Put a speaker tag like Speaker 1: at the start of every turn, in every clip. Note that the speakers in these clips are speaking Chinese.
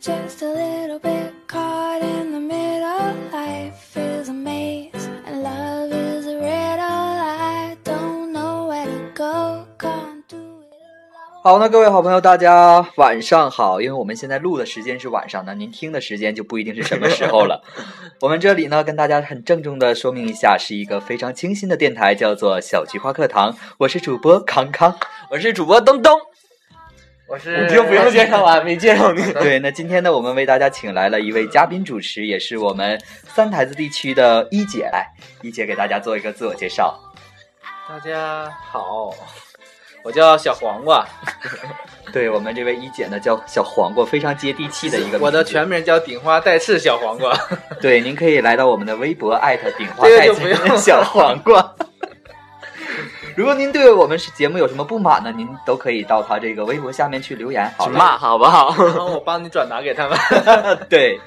Speaker 1: just a little bit caught in the middle. Life is a maze and love is a riddle. I don't know where to go, can't do it alone.
Speaker 2: 好，那各位好朋友，大家晚上好。因为我们现在录的时间是晚上呢，您听的时间就不一定是什么时候 了。我们这里呢，跟大家很郑重的说明一下，是一个非常清新的电台，叫做小菊花课堂。我是主播康康，
Speaker 3: 我是主播 东东，
Speaker 4: 我是
Speaker 3: 你就不用介绍了，没介绍你。
Speaker 2: 对，那今天呢，我们为大家请来了一位嘉宾主持，也是我们三台子地区的一姐。来，一姐给大家做一个自我介绍。
Speaker 4: 大家好，我叫小黄瓜，
Speaker 2: 对我们这位一姐呢，叫小黄瓜，非常接地气的一个名字。
Speaker 4: 我的全名叫顶花带刺小黄瓜。
Speaker 2: 对，您可以来到我们的微博艾特顶花
Speaker 4: 这个
Speaker 2: 带
Speaker 4: 就
Speaker 2: 刺
Speaker 4: 不用了
Speaker 2: 小黄瓜。 如果您对我们是节目有什么不满呢，您都可以到他这个微博下面去留言，好
Speaker 3: 去
Speaker 2: 了。
Speaker 3: 骂好不好？
Speaker 4: 然后我帮你转达给他们。
Speaker 2: 对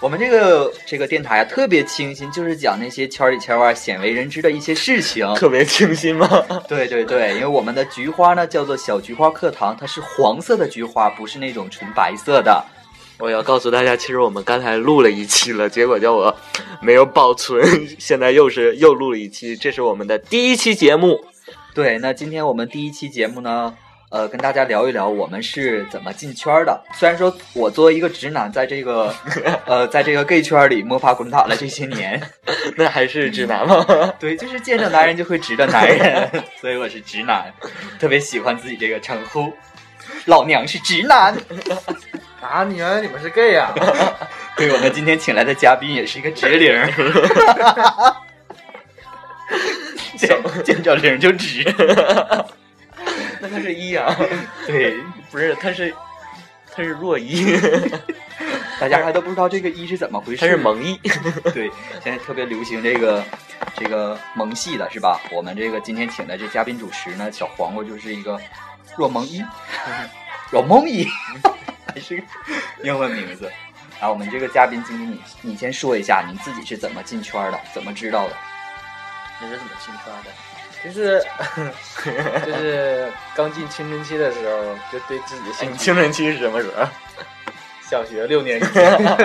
Speaker 2: 我们这个这个电台啊，特别清新，就是讲那些圈里圈外鲜为人知的一些事情。
Speaker 3: 特别清新吗？
Speaker 2: 对对对，因为我们的菊花呢叫做小菊花课堂，它是黄色的菊花，不是那种纯白色的。
Speaker 3: 我要告诉大家，其实我们刚才录了一期了，结果叫我没有保存，现在又是又录了一期，这是我们的第一期节目。
Speaker 2: 对，那今天我们第一期节目呢，呃，跟大家聊一聊我们是怎么进圈儿的。虽然说我作为一个直男，在这个 呃，在这个 gay 圈儿里摸爬滚打了这些年，
Speaker 3: 那还是直男吗？
Speaker 2: 对，就是见着男人就会直的男人， 所以我是直男，特别喜欢自己这个称呼。老娘是直男，
Speaker 4: 啊，你原 来你们是 gay 啊？
Speaker 2: 对我们今天请来的嘉宾也是一个直领儿， 见见着领儿就直，
Speaker 3: 那他是一啊，
Speaker 2: 对，
Speaker 3: 不是，他是他是弱一，
Speaker 2: 大家还都不知道这个一是怎么回事，
Speaker 3: 他是萌一。
Speaker 2: 对，现在特别流行这个这个萌系的是吧？我们这个今天请的这嘉宾主持呢，小黄瓜就是一个若萌 一，若萌一，还是个英文名字。啊，我们这个嘉宾经理，你你先说一下你自己是怎么进圈的，怎么知道的？
Speaker 4: 你是怎么进圈的？就是 就是刚进青春期的时候，就对自己的
Speaker 3: 哎
Speaker 4: 兴
Speaker 3: 你
Speaker 4: 趣。
Speaker 3: 青春期是什么时候？啊
Speaker 4: 小学六年级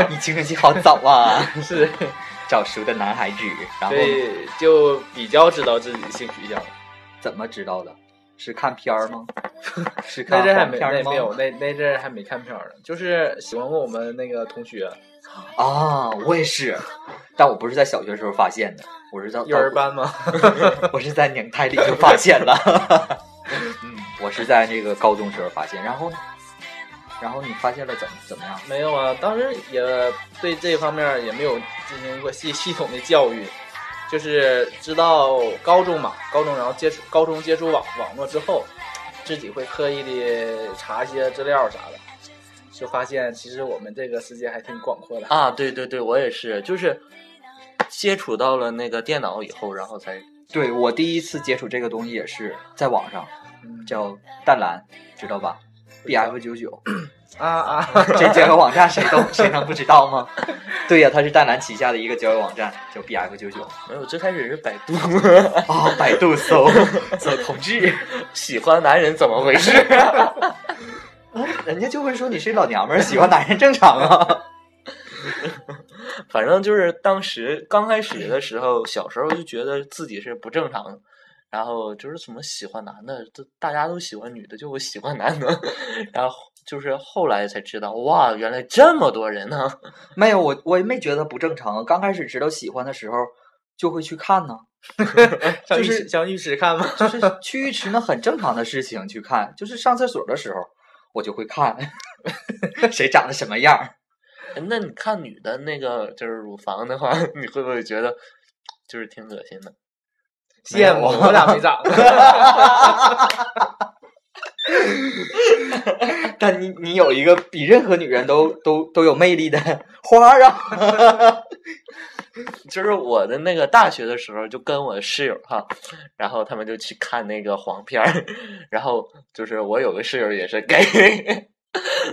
Speaker 2: 你青春期好早啊，
Speaker 4: 是，
Speaker 2: 早熟的男孩子。然后
Speaker 4: 所以就比较知道自己的性取向。
Speaker 2: 怎么知道的？是看片儿吗？ 是看
Speaker 4: 那阵儿
Speaker 2: 黄
Speaker 4: 还没
Speaker 2: 片儿
Speaker 4: 那
Speaker 2: 吗
Speaker 4: 没？有那那阵儿还没看片儿呢，就是喜欢过我们那个同学，
Speaker 2: 啊，我也是，但我不是在小学时候发现的，我是在
Speaker 4: 幼儿班吗？
Speaker 2: 我是在娘胎里就发现了， 嗯，我是在这个高中时候发现，然后呢，然后你发现了怎么怎么样？
Speaker 4: 没有啊，当时也对这方面也没有进行过系系统的教育，就是知道高中嘛，高中然后接触高中接触网网络之后，自己会刻意的查一些资料啥的，就发现其实我们这个世界还挺广阔的。
Speaker 3: 啊，对对对，我也是，就是接触到了那个电脑以后，然后才
Speaker 2: 对我第一次接触这个东西也是在网上，
Speaker 4: 嗯
Speaker 2: 叫淡蓝，知道吧？BF 九九，
Speaker 4: 啊啊，
Speaker 2: 这交友网站谁都谁能不知道吗？ 对呀、它是淡蓝旗下的一个交友网站，叫 BF 九九
Speaker 3: 没有，最开始是百度，
Speaker 2: 啊，百度搜 搜同志，
Speaker 3: 喜欢男人怎么回 事？
Speaker 2: 人家就会说你是老娘们儿，喜欢男人正常啊。
Speaker 3: 反正就是当时刚开始的时候，小时候就觉得自己是不正常的，然后就是什么喜欢男的，都大家都喜欢女的，就我喜欢男的， 然后就是后来才知道，哇，原来这么多人呢、
Speaker 2: 没有，我我也没觉得不正常。刚开始知道喜欢的时候，就会去看 呢，
Speaker 4: 上
Speaker 2: 就
Speaker 4: 浴
Speaker 2: 是
Speaker 4: 室上浴室看吗？
Speaker 2: 就是去浴池那很正常的事情去看，就是上厕所的时候我就会看 谁长得什么样儿。
Speaker 3: 那你看女的那个就是乳房的话， 你会不会觉得就是挺恶心的？
Speaker 4: 羡慕，我俩没长。
Speaker 2: 但你你有一个比任何女人都都都有魅力的花儿啊！
Speaker 3: 就是我的那个大学的时候，就跟我室友哈，然后他们就去看那个黄片儿，然后就是我有个室友也是 gay，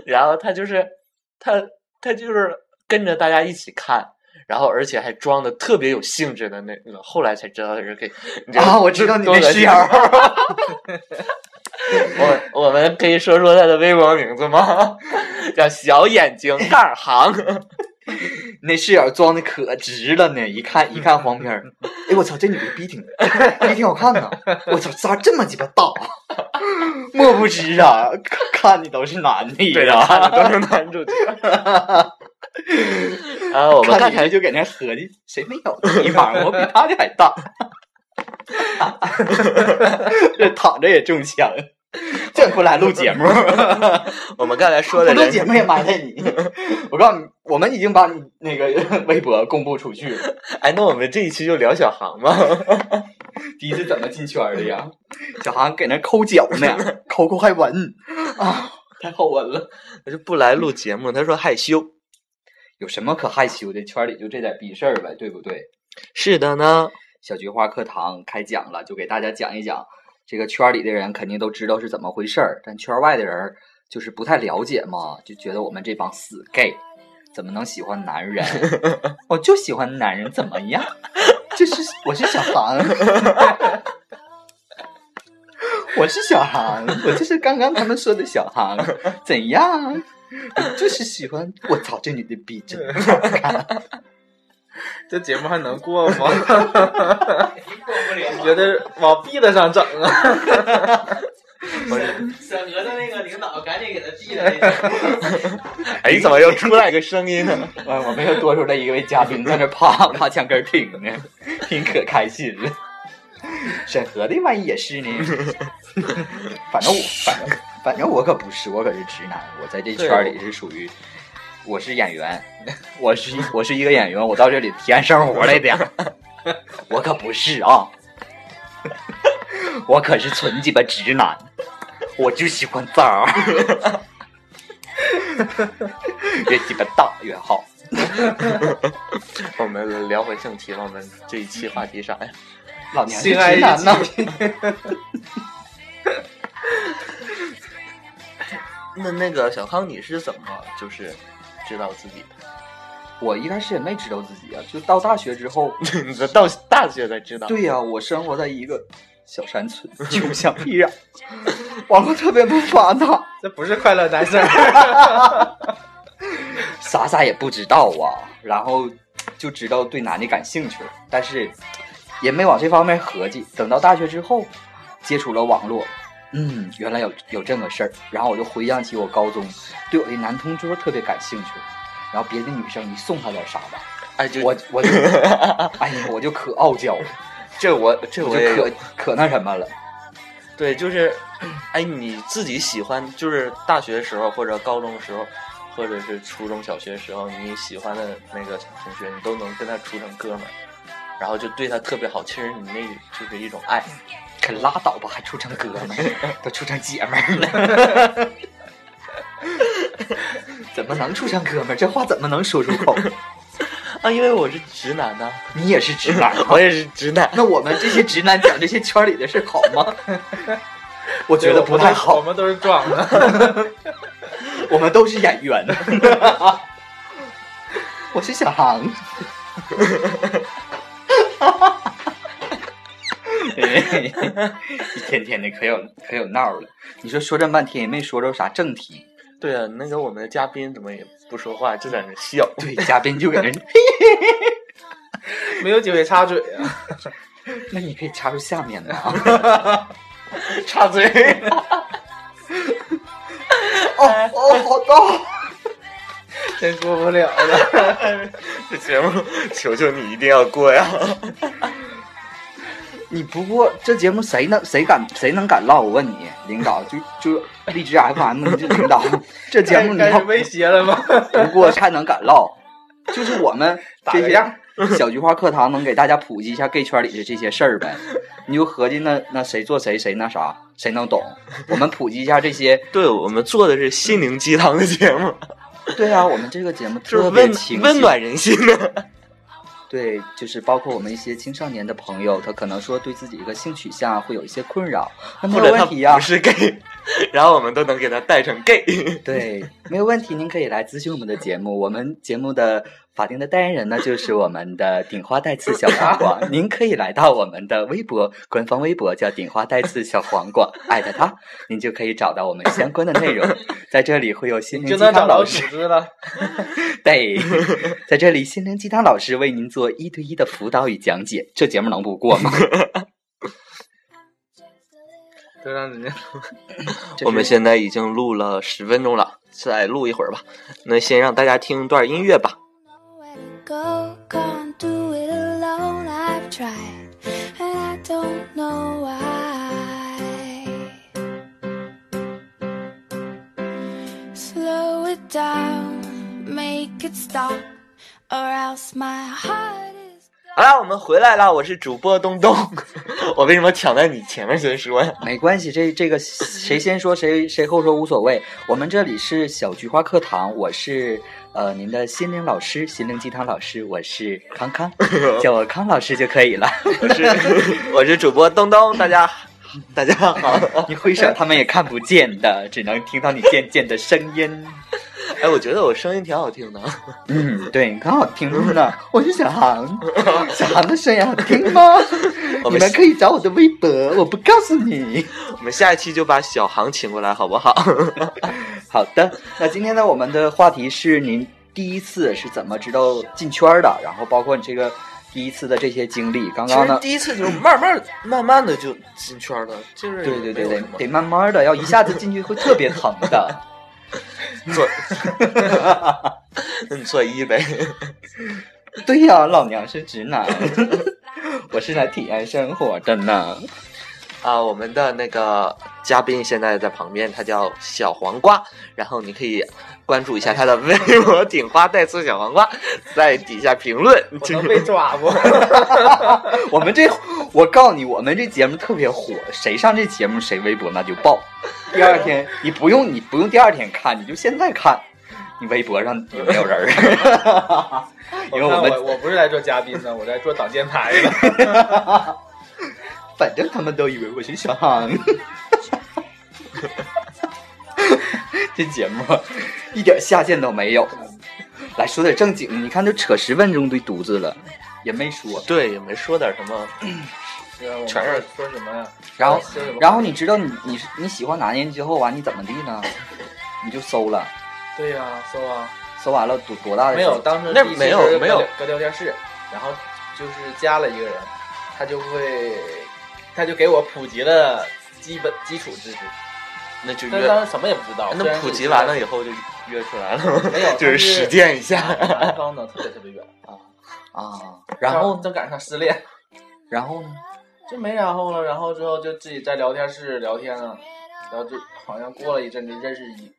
Speaker 3: 然后他就是他他就是跟着大家一起看，然后而且还装的特别有兴致的那个，后来才知道他是 gay。你
Speaker 2: 啊，我知道你
Speaker 3: 多
Speaker 2: 那
Speaker 3: 恶
Speaker 2: 室
Speaker 3: 心
Speaker 2: 友，
Speaker 3: 我我们可以说说他的微博名字吗？ 叫小眼睛盖儿行。
Speaker 2: 那视角装的可值了呢，一 看一看黄片儿，哎我操，这女的 逼挺逼挺好看呢，我操，咋这么鸡巴大？ 莫不知啊，看看的都是男的
Speaker 3: 啊，
Speaker 2: 呀，
Speaker 3: 都是男主角。 啊，我们
Speaker 2: 看
Speaker 3: 刚
Speaker 2: 起来
Speaker 3: 才
Speaker 2: 就搁那合计，谁没有地 方？我比他的还大，这躺着也中枪，这回来录节目。
Speaker 3: 我们刚才说的
Speaker 2: 我录节
Speaker 3: 人，
Speaker 2: 目也埋汰你。我告诉你，我们已经把你那个微博公布出去了。
Speaker 3: 哎，那我们这一期就聊小航吧。
Speaker 2: 第一次怎么进圈的呀？ 小韩给那抠脚呢， 抠抠还闻啊，太好闻了。
Speaker 3: 他就不来录节目，他说害羞。
Speaker 2: 有什么可害羞的？圈里就这点逼事儿呗，对不对？
Speaker 3: 是的呢，
Speaker 2: 小菊花课堂开讲了，就给大家讲一讲这个圈里的人肯定都知道是怎么回事儿，但圈外的人儿就是不太了解嘛，就觉得我们这帮死 gay 怎么能喜欢男 人？我就喜欢男人，怎么样？ 这是我是小韩，我是小韩，我就是刚刚他们说的小韩，怎样？我就是喜欢，我操，这女的逼真好看。
Speaker 4: 这节目还能过吗？我 觉得往弊的上整啊！
Speaker 5: 小鹅的那个领导赶 紧给他毙了。
Speaker 3: 哎，怎么又出来个声音呢？
Speaker 2: 哎，我们又多出来一位嘉宾在那啪啪墙根儿听呢，听可开心了。审核的玩意也是呢，反正我反正反正我可不是，我可是直男，我在这圈儿里是属于， 我是演员，我是一我是一个演员，我到这里体验生活来的， 我可不是啊， 我可是纯鸡巴直男，我就喜欢脏儿，越鸡巴大越好。
Speaker 3: 我们聊回正题吧，我们这一期话题啥呀？
Speaker 2: 老娘是
Speaker 4: 性爱
Speaker 2: 直
Speaker 4: 日
Speaker 2: 男呐！
Speaker 4: 记，
Speaker 3: 那那个小康，你是怎么就是知道自己的？
Speaker 2: 我一开始也没知道自己啊，就到大学之后，
Speaker 3: 你这到大学才知道？
Speaker 2: 对呀、我生活在一个小山村，穷乡僻壤， 网络特别不发达，
Speaker 4: 这不是快乐男生。
Speaker 2: 啥啥也不知道啊。然后就知道对男的感兴趣了，但是也没往这方面合计。等到大学之后，接触了网络，嗯，原来有有这么个事儿。然后我就回想起我高中对我的男同桌特别感兴趣，然后别的女生你送他点啥吧，
Speaker 3: 哎，就
Speaker 2: 我我就，哎呀，我就可傲娇了。
Speaker 3: 这我这
Speaker 2: 我
Speaker 3: 我
Speaker 2: 就
Speaker 3: 也有
Speaker 2: 可可那什么了。
Speaker 3: 对，就是，哎，你自己喜欢，就是大学时候或者高中时候，或者是初中小学时候，你喜欢的那个同学，你都能跟他处成哥们儿，然后就对他特别好，其实你那就是一种爱。
Speaker 2: 可拉倒吧，还处成哥们儿， 都处成姐们儿了， 怎么能处成哥们儿？这话怎么能说出口？
Speaker 3: 啊，因为我是直男呐、
Speaker 2: 你也是直男啊，
Speaker 3: 我也是直男。
Speaker 2: 那我们这些直男讲这些圈里的事好吗？ 我 觉 得不太
Speaker 4: 我
Speaker 2: 好，
Speaker 4: 们都是装的。
Speaker 2: 我们都是演员。 我是小航。一天天的可有可有闹了，你说说这么半天也没说着啥正题，
Speaker 3: 对啊，那个我们的嘉宾怎么也不说话，就在那笑。
Speaker 2: 对，嘉宾就给 人，
Speaker 4: 没有机会插嘴 啊！
Speaker 2: 那你可以插入下面的啊。
Speaker 3: 插嘴。
Speaker 2: 哦哦，好大！
Speaker 4: 真过不了了。
Speaker 3: 这节目，求求你一定要过呀！
Speaker 2: 你不过这节目谁能谁敢谁能敢唠？我问你，领导就就荔枝 FM 你这领导，这 节目你
Speaker 4: 开
Speaker 2: 要
Speaker 4: 始威胁了吗？
Speaker 2: 不过还能敢唠，就是我们
Speaker 4: 打
Speaker 2: 这
Speaker 4: 个样
Speaker 2: 些 小菊花课堂能给大家普及一下 gay 圈里的这些事儿呗。你就合计那那谁做谁谁那啥谁能懂？我们普及一下这些。
Speaker 3: 对我们做的是心灵鸡汤的节目，
Speaker 2: 对啊，我们这个节目
Speaker 3: 就是
Speaker 2: 特别
Speaker 3: 温
Speaker 2: 清晰
Speaker 3: 温暖人心的。
Speaker 2: 对，就是包括我们一些青少年的朋友，他可能说对自己一个性取向会有一些困扰，那没
Speaker 3: 或
Speaker 2: 有
Speaker 3: 者他
Speaker 2: 问题啊呀、
Speaker 3: 不是 gay，然 后我们 都能给他带成 gay。
Speaker 2: 对，没有问题，您可以来咨询我们的节目，我们节目的法定的代言人呢，就是我们的顶花带刺小黄瓜。您可以来到我们的微博，官方微博叫顶花带刺小黄瓜，艾特他，您就可以找到我们相关的内容。在这里会有心灵
Speaker 4: 就
Speaker 2: 鸡
Speaker 4: 能找
Speaker 2: 汤
Speaker 4: 到
Speaker 2: 老
Speaker 4: 组
Speaker 2: 师，
Speaker 4: 织了。
Speaker 2: 对，在这里心灵鸡汤老师为您做一对一的辅导与讲解。这节目能不 过吗？
Speaker 4: 就让 人家
Speaker 2: 这
Speaker 3: 我们
Speaker 2: 是
Speaker 3: 现在已经录了十分钟了，再录一会儿吧。那先让大家听段音乐吧。
Speaker 1: Nowhere to go, can't do it alone. I've tried, and I don't know why. Slow it down, make it stop, or else my heart is.
Speaker 3: 好啦，我们回来啦，我是主播东 东。我为什么抢在你前面先说呀？
Speaker 2: 没关系，这这个谁先说谁谁后说无所谓。我们这里是小菊花课堂，我是呃您的心灵老师，心灵鸡汤老师，我是康康，叫我康老师就可以了。
Speaker 3: 我是 我是主播东东，大家大家好。
Speaker 2: 你挥手他们也看不见的，只能听到你渐渐的声音。
Speaker 3: 哎，我觉得我声音挺好听的。
Speaker 2: 嗯，对，刚好听着呢。我是小航，小航的声音好听吗？
Speaker 3: 我
Speaker 2: 你
Speaker 3: 们
Speaker 2: 们可以找我的微博，我不告诉你。
Speaker 3: 我们下一期就把小航请过来，好不好？
Speaker 2: 好的，那今天呢，我们的话题是您第一次是怎么知道进圈儿的，然后包括你这个第一次的这些经历。 刚
Speaker 3: 其
Speaker 2: 刚
Speaker 3: 实
Speaker 2: 呢，
Speaker 3: 第一次就是慢慢儿慢慢的就进圈了，就是
Speaker 2: 对对对
Speaker 3: 没有
Speaker 2: 对
Speaker 3: 什，么
Speaker 2: 得慢慢的，要一下子进去会特别疼的。
Speaker 3: 做， 那你做一呗。
Speaker 2: 对呀、老娘是直男， 我是来体验生活的呢。
Speaker 3: 啊，我们的那个嘉宾现在在旁边，他叫小黄瓜，然后你可以关注一下他的微博“顶花带刺小黄瓜”，在底下评论。
Speaker 4: 我
Speaker 3: 就
Speaker 4: 能
Speaker 3: 是
Speaker 4: 被抓不？
Speaker 2: 我们这，我告诉你，我们这节目特别火，谁上这节目谁微博那就爆。第二天你不用你不用第二天看，你就现在看，你微博上有没有人儿？ 因为我
Speaker 4: 我
Speaker 2: 们
Speaker 4: 看我我不是来做嘉宾的，我在做挡箭牌 的。
Speaker 2: 反正他们都以为我是小 航。这节目一点下限都没有。来说点正经的，你看都扯十分钟对犊子了，也没说。
Speaker 3: 对，也没说点什么。
Speaker 4: 是啊我们
Speaker 3: 全是
Speaker 4: 说什么呀？
Speaker 2: 然后
Speaker 4: 说什么
Speaker 2: 然后你知道你你是你喜欢男人之后啊，你怎么地呢？你就搜了，
Speaker 4: 对呀，搜啊。
Speaker 2: 搜完了多多大的
Speaker 4: 没有，当时
Speaker 3: 那
Speaker 4: 第一次
Speaker 3: 没有
Speaker 4: 是
Speaker 3: 没有
Speaker 4: 搁聊搁聊天室，然后就是加了一个人，他就会，他就给我普及了基本基础知识，
Speaker 3: 那就
Speaker 4: 但
Speaker 3: 约
Speaker 4: 是，当时什么也不知道。虽
Speaker 3: 那
Speaker 4: 然
Speaker 3: 普
Speaker 4: 是
Speaker 3: 及
Speaker 4: 知
Speaker 3: 完
Speaker 4: 道
Speaker 3: 了以后就约出来了，
Speaker 4: 没 有，
Speaker 3: 就是实践一下。
Speaker 4: 他是南方的特别特别远，
Speaker 2: 啊？然后
Speaker 4: 正赶上失恋，
Speaker 2: 然后呢？
Speaker 4: 就没然后了。然后之后就自己在聊天室聊天啊，然后就好像过了一阵就认识一，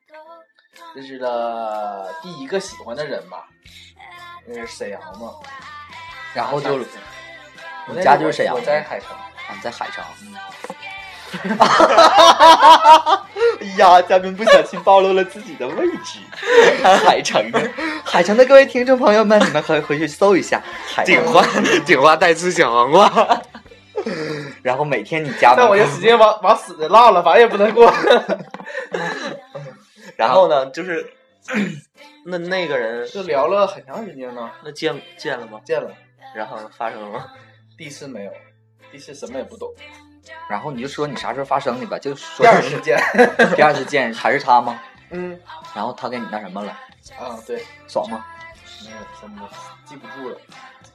Speaker 4: 认识了第一个喜欢的人吧，那是沈阳嘛，
Speaker 2: 然后
Speaker 4: 啊
Speaker 2: 就
Speaker 4: 我
Speaker 2: 你
Speaker 4: 那
Speaker 2: 家
Speaker 4: 时候
Speaker 2: 就是沈阳
Speaker 4: 我在海城。
Speaker 2: 啊，你在海上。 哎呀，嘉宾不小心暴露了自己的位置。海城的，海城的各位听众朋友们，你们可以回去搜一下海
Speaker 3: 顶
Speaker 2: 城。
Speaker 3: 花顶花带刺小黄瓜，
Speaker 2: 然后每天你啊家
Speaker 4: 那我
Speaker 2: 门
Speaker 4: 就
Speaker 2: 口
Speaker 4: 使劲 往往死的唠了，反正也不能过。
Speaker 3: 然后呢，就是 那那个人
Speaker 4: 就聊了很长时间呢，
Speaker 3: 那见见了吗？
Speaker 4: 见了
Speaker 3: 然后发生了吗？
Speaker 4: 第一次没有，第一次什么也不懂，
Speaker 2: 然后你就说你啥时候发生的吧，就说
Speaker 4: 第二次见，
Speaker 2: 第二次见还是他吗？
Speaker 4: 嗯，
Speaker 2: 然后他给你那什么了，
Speaker 4: 啊对，
Speaker 2: 爽吗？
Speaker 4: 没有真的记不住了，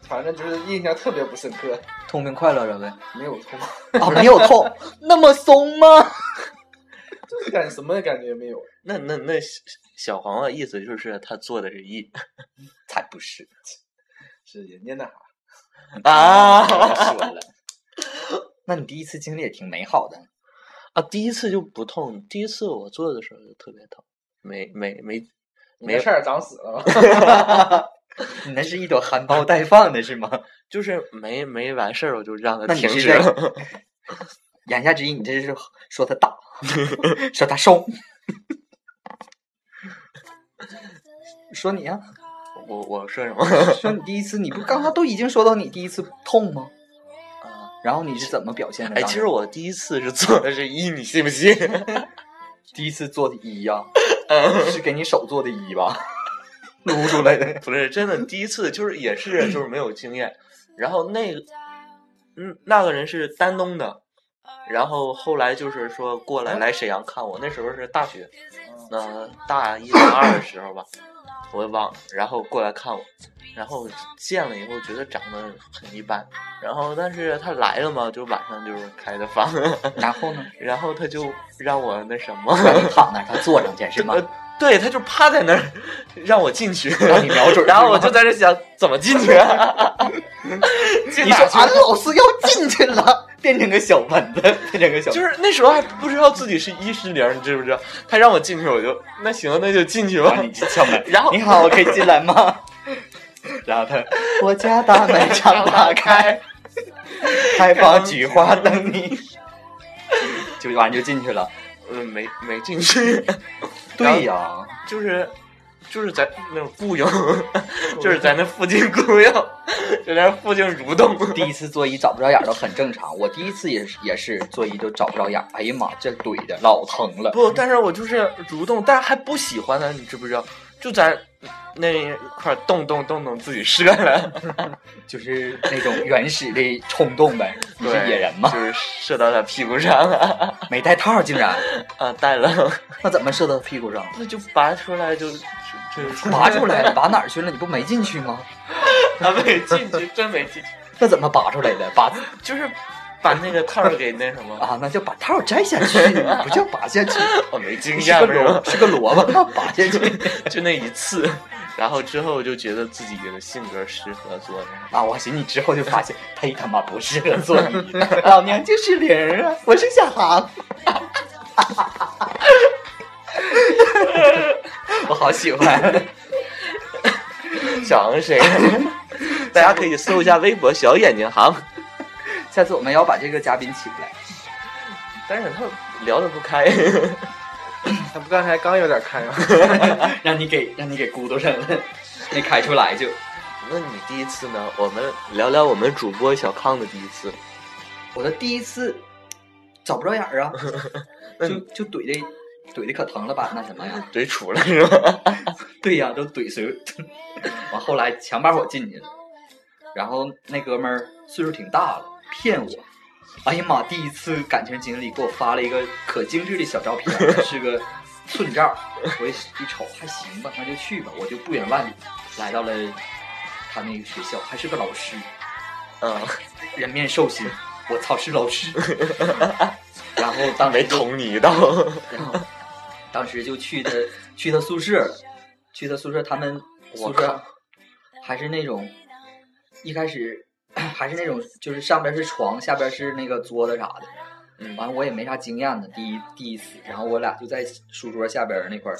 Speaker 4: 反正就是印象特别不深刻，
Speaker 2: 痛并快乐着呗。
Speaker 4: 没有痛，
Speaker 2: 啊，没有痛， 那么松吗？
Speaker 4: 就是感什么感觉没有，
Speaker 3: 那那那小小黄的意思就是他做的这一
Speaker 2: 才不是
Speaker 4: 是人家那啥，
Speaker 3: 啊
Speaker 2: 说了。 那你第一次经历也挺美好的。
Speaker 3: 啊！第一次就不痛，第一次我做的时候就特别疼，没没没
Speaker 4: 没
Speaker 3: 没
Speaker 4: 事，儿长死 了，
Speaker 2: 你那是一朵含苞待放的是吗？
Speaker 3: 就是没没完事儿，我就让
Speaker 2: 那
Speaker 3: 它
Speaker 2: 你
Speaker 3: 停
Speaker 2: 是
Speaker 3: 止
Speaker 2: 在
Speaker 3: 了。
Speaker 2: 言下之意，你这是说他 大，说他瘦，说你呀、
Speaker 3: 我我说什么？
Speaker 2: 说你第一次，你不刚刚都已经说到你第一次痛吗？
Speaker 3: 啊
Speaker 2: 然后你是怎么表现的？
Speaker 3: 哎，其实我第一次是做的是一，你信不信？
Speaker 2: 啊
Speaker 3: 嗯
Speaker 2: 第一次做的一呀、是给你手做的一吧？ 撸出来的。
Speaker 3: 不是真的，第一次就是也是就是没有经验，然后那个嗯那个人是丹东的，然后后来就是说过来来沈阳看我，那时候是大学，那、大一大二的时候吧，我也忘了，然后过来看我，然后见了以后觉得长得很一般，然后但是他来了嘛，就晚上就是开的房，
Speaker 2: 然后呢，
Speaker 3: 然后他就让我那什 么。
Speaker 2: 让你躺那儿，他坐上健身吗？
Speaker 3: 呃，对，他就趴在那儿让我进 去，
Speaker 2: 让你瞄准
Speaker 3: 然后我就在这想怎么进去、啊， 进
Speaker 2: 你
Speaker 3: 哪
Speaker 2: 说
Speaker 3: 去
Speaker 2: 俺？老师要进去了，变成个小蚊子，变成个小，
Speaker 3: 就是那时候还不知道自己是一十零，你知不知道？他让我进去，我就那行，那就进去吧
Speaker 2: 然后。你去敲门，
Speaker 3: 然后
Speaker 2: 你好，我可以进来 吗？然后他，我家大门常打开， 开放菊花等你， 就完就进去了。
Speaker 3: 嗯，没没进去，
Speaker 2: 对呀、
Speaker 3: 就是就是在那儿 雇佣，就是在那附近雇佣， 就在那附近蠕动。
Speaker 2: 第一次座椅找不着眼儿都很正常，我第一次也是也是座椅就找不着眼儿，哎呀妈，这怼的老疼了。
Speaker 3: 不，但是我就是蠕动，但是还不喜欢呢，你知不知道？就在那一块儿动动动动自己射了，
Speaker 2: 就是那种原始的冲动呗。你是
Speaker 3: 对
Speaker 2: 野人吗
Speaker 3: 就？是射到他屁股上了
Speaker 2: 没带套，竟然，
Speaker 3: 啊，带了，
Speaker 2: 那怎么射到屁股上？
Speaker 3: 那就拔出来就就 就
Speaker 2: 拔出来了，拔哪儿去了？你不没进去吗？
Speaker 3: 啊，没进去，真没进去，
Speaker 2: 那怎么拔出来的？拔
Speaker 3: 就是把那个套儿给那什么，
Speaker 2: 啊，那就把套摘下 去，不叫拔下去。
Speaker 3: 我没经
Speaker 2: 是个
Speaker 3: 验，没
Speaker 2: 萝
Speaker 3: 有，
Speaker 2: 是个萝卜，那拔下去
Speaker 3: 就那一次，然后之后就觉得自己的性格适合做那个。
Speaker 2: 啊！我寻思你之后就发现，呸，他妈不适合做你，老娘就是零儿啊，我是小航。 我好喜欢，
Speaker 3: 小航是谁？ 大家可以搜一下微博“小眼睛航”。
Speaker 2: 下次我们要把这个嘉宾请来。
Speaker 3: 但是他聊得不开，
Speaker 4: 那不刚才刚有点开吗？
Speaker 2: 让你给让你给咕嘟上了，没开出来就。
Speaker 3: 那你第一次呢？我们聊聊我们主播小康的第一次。
Speaker 2: 我的第一次找不着眼儿啊，
Speaker 3: 那
Speaker 2: 就
Speaker 3: 你
Speaker 2: 就怼的怼的可疼了吧？那什么呀？
Speaker 3: 怼出来是吧？
Speaker 2: 对呀、都怼随。完后来强把我进去了，然后那哥们儿岁数挺大了，骗我。哎呀妈！第一次感情经历，给我发了一个可精致的小照片，是个寸照。我一一瞅，还行吧，那就去吧。我就不远万里来到了他那个学校，还是个老师。
Speaker 3: 嗯，
Speaker 2: 人面兽心，我操是老师。 然后当时
Speaker 3: 没
Speaker 2: 就，
Speaker 3: 捅你一刀。
Speaker 2: 然后当时就去他去他宿舍，去他宿舍，他们宿
Speaker 3: 我
Speaker 2: 舍
Speaker 3: 靠
Speaker 2: 还是那种一开始还是那种，就是上边是床，下边是那个桌子啥的。
Speaker 3: 嗯
Speaker 2: 完了我也没啥经验呢，第一第一次，然后我俩就在书桌下边儿那块儿，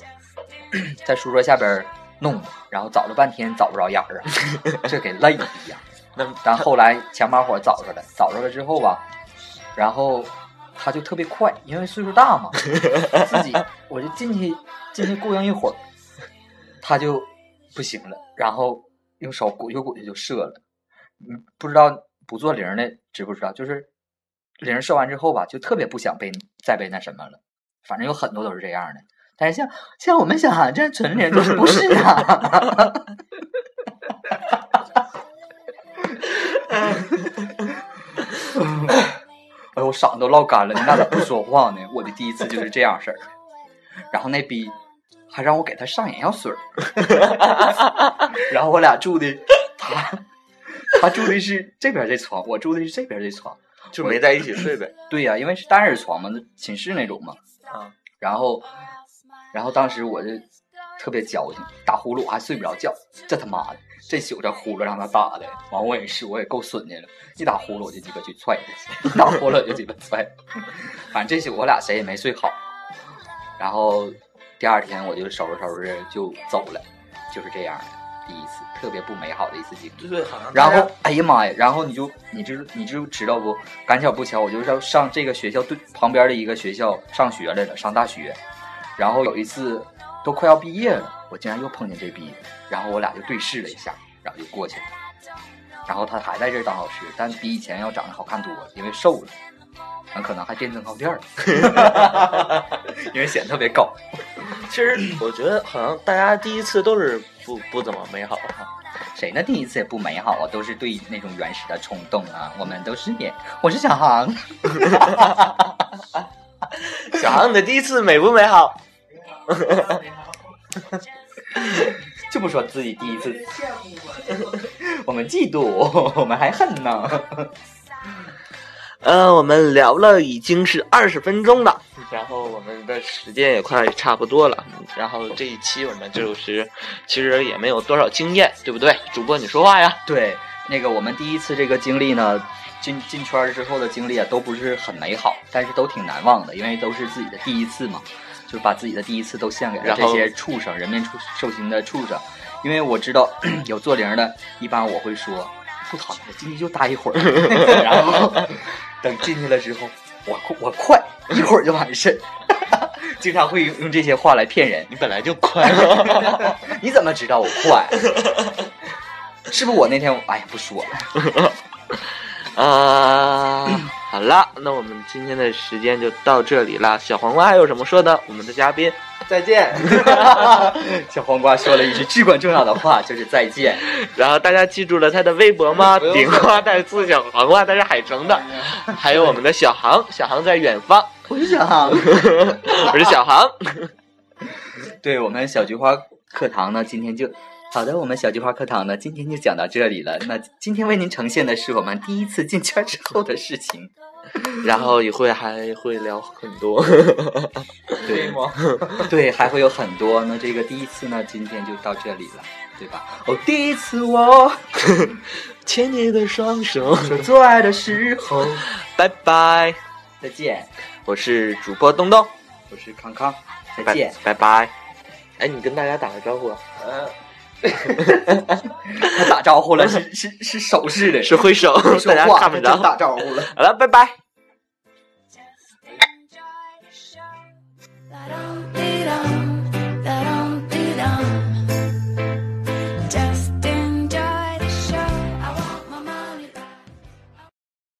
Speaker 2: 在书桌下边儿弄，然后找了半天找不着眼儿啊， 这给累的呀。
Speaker 3: 那
Speaker 2: 但后来强把火找着了，找着了之后吧，然后他就特别快，因为岁数大嘛，自己我就进去进去雇佣一会儿，他就不行了，然后用手鼓就鼓就就射了，嗯，不知道不做零的知不知道？就是零射完之后吧，就特别不想被再被那什么了，反正有很多都是这样的。但是像像我们小韩这样纯零就是不是啊？哎呦，我嗓子都唠干了，你俩咋不说话呢？我的第一次就是这样式儿，然后那逼还让我给他上眼药水儿， 然后我俩住的他他住的是这边这床，我住的是这边这床。
Speaker 3: 就没在一起睡呗。
Speaker 2: 对呀、因为是单人床嘛，那寝室那种嘛。
Speaker 3: 啊。
Speaker 2: 然后，然后当时我就特别矫情，打呼噜我还睡不着觉，这他妈的，这宿这呼噜让他打的，完我也是，我也够损的了，一打呼噜我就鸡巴去踹他，一打呼噜我就鸡巴踹， 反正这宿我俩谁也没睡好。然后第二天我就收拾收拾就走了，就是这样的第一次特别不美好的一次经历。
Speaker 3: 对，好像
Speaker 2: 然后，哎呀妈呀！然后你就你知你就知道不？赶巧不巧，我就是要上这个学校对旁边的一个学校上学来了，上大学。然后有一次都快要毕业了，我竟然又碰见这逼，然后我俩就对视了一下，然后就过去了。然后他还在这儿当老师，但比以前要长得好看多了，因为瘦了，很可能还电灯泡垫儿，因为显得特别高。
Speaker 3: 其实我觉得好像大家第一次都是不不怎么美好哈。
Speaker 2: 谁的第一次也不美好啊，都是对那种原始的冲动啊。我们都是也，我是小航，
Speaker 3: 小航，你的第一次美不美好？
Speaker 2: 就不说自己第一次， 我们嫉妒，我们还恨呢。
Speaker 3: 嗯，我们聊了已经是二十分钟了，然后我们的时间也快差不多了。然后这一期我们就是其实也没有多少经验，对不对？主播你说话呀。
Speaker 2: 对，那个我们第一次这个经历呢，进进圈儿之后的经历啊，都不是很美好，但是都挺难忘的，因为都是自己的第一次嘛，就把自己的第一次都献给了
Speaker 3: 然
Speaker 2: 这
Speaker 3: 后
Speaker 2: 些畜生，人面畜受刑的畜生。因为我知道 有做零的，一般我会说不躺着进去就待一会儿， 然后等进去了之后，我快我快一会儿 就完事。经常会用这些话来骗人，
Speaker 3: 你本来就快乐，
Speaker 2: 你怎么知道我快？ 是不是我那天哎呀不说了。
Speaker 3: 啊、好了，那我们今天的时间就到这里了。小黄瓜还有什么说的？我们的嘉宾，
Speaker 4: 再 见。
Speaker 2: 小黄瓜说了一句至关重要的话，就是再见。
Speaker 3: 然后大家记住了他的微博吗
Speaker 4: 不？用
Speaker 3: 顶瓜带刺小黄瓜，他是海城的，还有我们的小航，小航在远 方，
Speaker 2: 我是小航，
Speaker 3: 我是小航，
Speaker 2: 对我们小菊花课堂呢，今天就好的，我们小菊花课堂呢，今天就讲到这里了。那今天为您呈现的是我们第一次进圈之后的事情。
Speaker 3: 然后一会还会聊很多。
Speaker 2: 对吗？ 对，还会有很多。那这个第一次呢，今天就到这里了，对吧？哦，第一次我
Speaker 3: 牵你的双手，
Speaker 2: 说做爱的时候，
Speaker 3: 拜拜。
Speaker 2: 再见。
Speaker 3: 我是主播东东，
Speaker 2: 我是康康，再
Speaker 3: 拜
Speaker 2: 见。
Speaker 3: 拜拜。哎，你跟大家打个招呼啊，
Speaker 4: 呃
Speaker 2: 他打招呼了，是是是手势的，
Speaker 3: 是挥手，
Speaker 2: 不说
Speaker 3: 大家
Speaker 2: 话，
Speaker 3: 看不
Speaker 2: 他
Speaker 3: 着
Speaker 2: 真。打招呼了。
Speaker 3: 好了，拜拜。
Speaker 1: Just enjoy the show. Light on